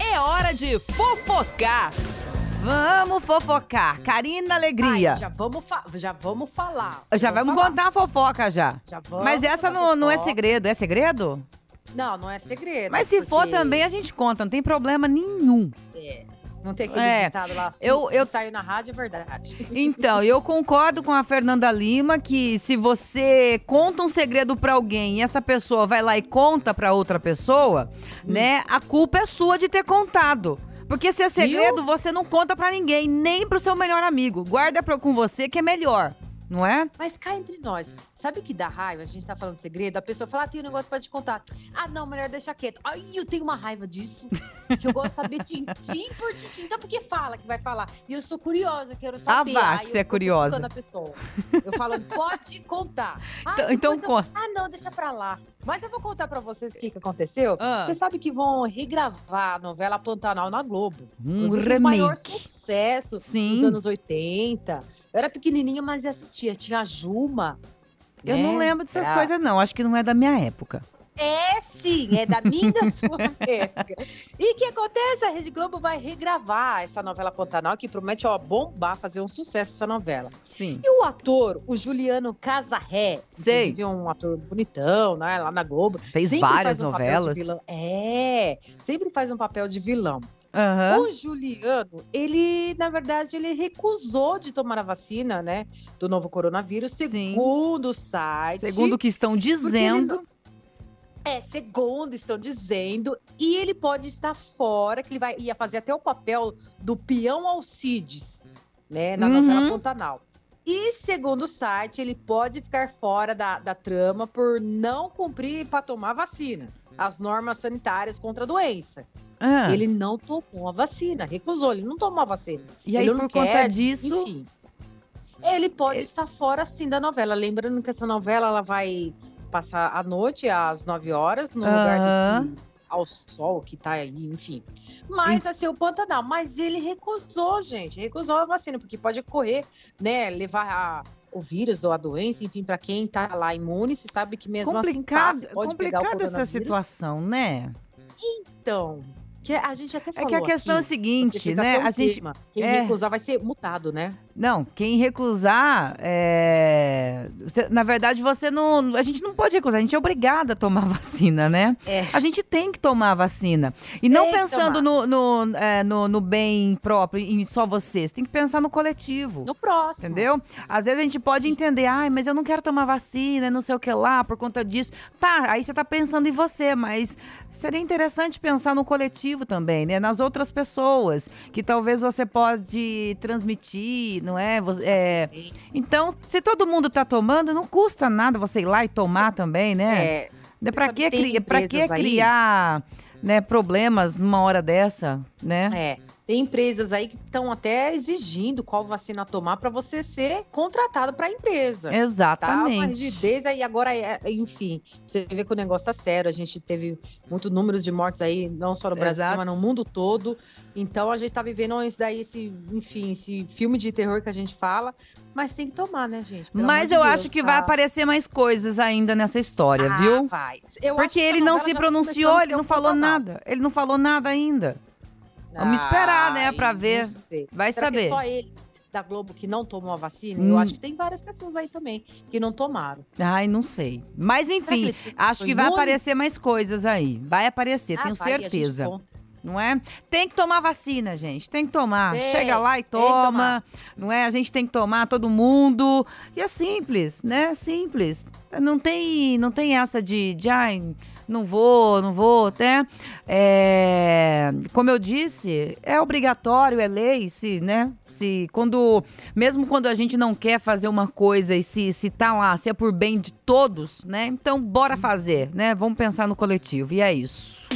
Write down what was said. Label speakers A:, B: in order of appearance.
A: É hora de fofocar.
B: Vamos fofocar. Karina Alegria.
C: Ai, já, vamos fa- já vamos falar.
B: Já vamos
C: falar.
B: contar a fofoca já.
C: Já vamos
B: Mas essa
C: contar a
B: não, não é
C: fofoca.
B: segredo, é segredo?
C: Não, não é segredo.
B: Mas se for
C: porque
B: também, a gente conta, não tem problema nenhum.
C: Não tem aquele
B: É,
C: ditado lá, se,
B: eu-
C: se
B: eu-
C: saiu na rádio, é verdade.
B: Então, eu concordo com a Fernanda Lima que se você conta um segredo pra alguém e essa pessoa vai lá e conta pra outra pessoa,
C: Hum.
B: né? A culpa é sua de ter contado. Porque se é segredo, você não conta pra ninguém, nem pro seu melhor amigo. Guarda pra, com você que é melhor, não é?
C: Mas cá entre nós, sabe que dá raiva? A gente tá falando de segredo, a pessoa fala, ah, tem um negócio pra te contar. Ah, não, melhor deixar quieto. Ai, eu tenho uma raiva disso, que eu gosto de saber tintim por tintim. Então por que fala que vai falar? E eu sou curiosa, eu quero saber.
B: vá,
C: Aí
B: que
C: eu
B: você é
C: fico
B: curiosa.
C: cutucando a pessoa. Eu falo, pode contar. Ah,
B: Então- então
C: depois
B: conta.
C: eu- Ah, não, deixa pra lá. Mas eu vou contar pra vocês o que, que aconteceu.
B: Ah.
C: Você sabe que vão regravar a novela Pantanal na Globo.
B: Um
C: Inclusive, o maior sucesso dos
B: Sim.
C: anos 80. Eu era pequenininha, mas assistia. Tinha a Juma.
B: Eu
C: né?
B: não lembro dessas
C: Era-
B: coisas, não. Acho que não é da minha época.
C: É sim, é da minha e da sua época. E o que acontece? A Rede Globo vai regravar essa novela Pantanal, que promete ó, bombar, fazer um sucesso essa novela.
B: Sim.
C: E o ator, o Juliano Casarré,
B: Sei.
C: inclusive um ator bonitão, né, lá na Globo.
B: Fez
C: sempre faz
B: várias
C: um papel de
B: novelas.
C: vilão. É, sempre faz um papel de vilão.
B: Aham.
C: O Juliano, ele, na verdade, ele recusou de tomar a vacina, né, do novo coronavírus,
B: Sim.
C: segundo o site.
B: Segundo o que estão
C: porque ele
B: dizendo.
C: não- É, segundo estão dizendo, e ele pode estar fora, que ele vai, ia fazer até o papel do peão Alcides, né, na
B: Uhum.
C: novela Pantanal. E segundo o site, ele pode ficar fora da, da trama por não cumprir para tomar a vacina, as normas sanitárias contra a doença.
B: Ah,
C: Ele não tomou a vacina, recusou, ele não tomou a vacina.
B: e aí,
C: ele
B: por
C: não
B: conta
C: quer,
B: disso.
C: Enfim. Ele pode
B: Ele-
C: estar fora sim da novela. Lembrando que essa novela ela vai passar a noite às 9 horas, no lugar
B: Aham.
C: desse ao sol que tá aí, enfim. Mas vai ser o Pantanal. Mas ele recusou, gente. Recusou a vacina, porque pode correr, né? Levar a- o vírus ou a doença, enfim, para quem tá lá imune, se sabe que mesmo
B: complicado,
C: assim passa, pode pegar o
B: complicada essa
C: coronavírus.
B: situação, né?
C: Então, que a gente até
B: É
C: falou
B: que a questão é a
C: aqui, você
B: seguinte,
C: fez
B: né?
C: até um
B: A gente.
C: tema. Quem
B: é.
C: recusar vai ser multado, né?
B: Não, quem recusar. é, você- na verdade, você não. A gente não pode recusar, a gente é obrigada a tomar vacina, né?
C: É.
B: A gente tem que tomar a vacina. E não
C: Tem que
B: pensando no, no, é, no- no bem próprio, em só vocês. Tem que pensar no coletivo.
C: No próximo.
B: Entendeu? Às vezes a gente pode entender, ai, mas eu não quero tomar vacina, não sei o que lá, por conta disso. Tá, aí você tá pensando em você, mas seria interessante pensar no coletivo também, né? Nas outras pessoas, que talvez você pode transmitir, não é? Vo- é... Então, se todo mundo tá tomando, não custa nada você ir lá e tomar também, né?
C: É,
B: É, pra,
C: sabe,
B: que
C: tem
B: cri... pra que
C: empresas aí-
B: criar né, problemas numa hora dessa, né?
C: é. Tem empresas aí que estão até exigindo qual vacina tomar para você ser contratado para a empresa. Tá uma
B: Exatamente.
C: rigidez aí, agora, é- enfim, você vê que o negócio tá sério. A gente teve muito número de mortes aí, não só no Brasil,
B: Exato.
C: mas no mundo todo. Então a gente tá vivendo isso daí, esse, enfim, esse filme de terror que a gente fala. Mas tem que tomar, né, gente? Pelo
B: Mas
C: amor
B: eu
C: de Deus,
B: acho que
C: tá?
B: vai aparecer mais coisas ainda nessa história,
C: Ah,
B: viu?
C: vai. Eu acho
B: Porque
C: que essa
B: ele não
C: novela
B: se
C: já tá
B: pronunciou,
C: começou um
B: ele
C: no
B: não
C: seu
B: falou
C: Pantanal.
B: nada. Ele não falou nada ainda. Vamos esperar, né, pra
C: Ai,
B: ver.
C: não sei.
B: Vai
C: Será que
B: saber.
C: é só ele da Globo que não tomou a vacina?
B: Hum.
C: Eu acho que tem várias pessoas aí também que não tomaram.
B: Ai, não sei. Mas
C: Será que
B: enfim,
C: eles pensam
B: acho
C: foi
B: que vai
C: imune?
B: aparecer mais coisas aí. Vai aparecer,
C: Ah,
B: tenho
C: vai, a gente
B: certeza.
C: conta.
B: Não é? Tem que tomar vacina, gente. Tem que tomar.
C: Tem,
B: Chega lá e
C: tem que tomar.
B: toma. Não é? A gente tem que tomar, todo mundo. E é simples, né? Simples. Não tem, não tem essa de, de ai, não vou, não vou, até. É, como eu disse, é obrigatório, é lei, se, né? Se quando, mesmo quando a gente não quer fazer uma coisa e se, se tá lá, se é por bem de todos, né? Então bora fazer, né? Vamos pensar no coletivo. E é isso.